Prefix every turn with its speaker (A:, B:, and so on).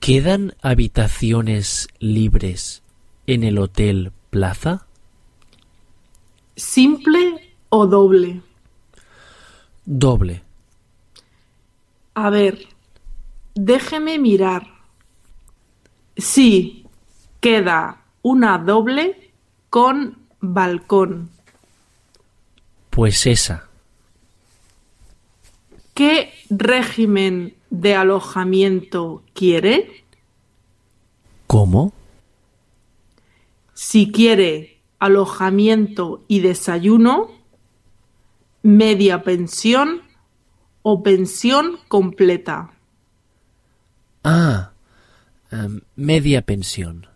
A: ¿Quedan habitaciones libres en el Hotel Plaza?
B: ¿Simple o doble?
A: Doble.
B: A ver, déjeme mirar. Sí, queda una doble con balcón.
A: Pues esa.
B: ¿Qué régimen de alojamiento quiere?
A: ¿Cómo?
B: Si quiere alojamiento y desayuno, media pensión o pensión completa.
A: Ah, em, media pensión.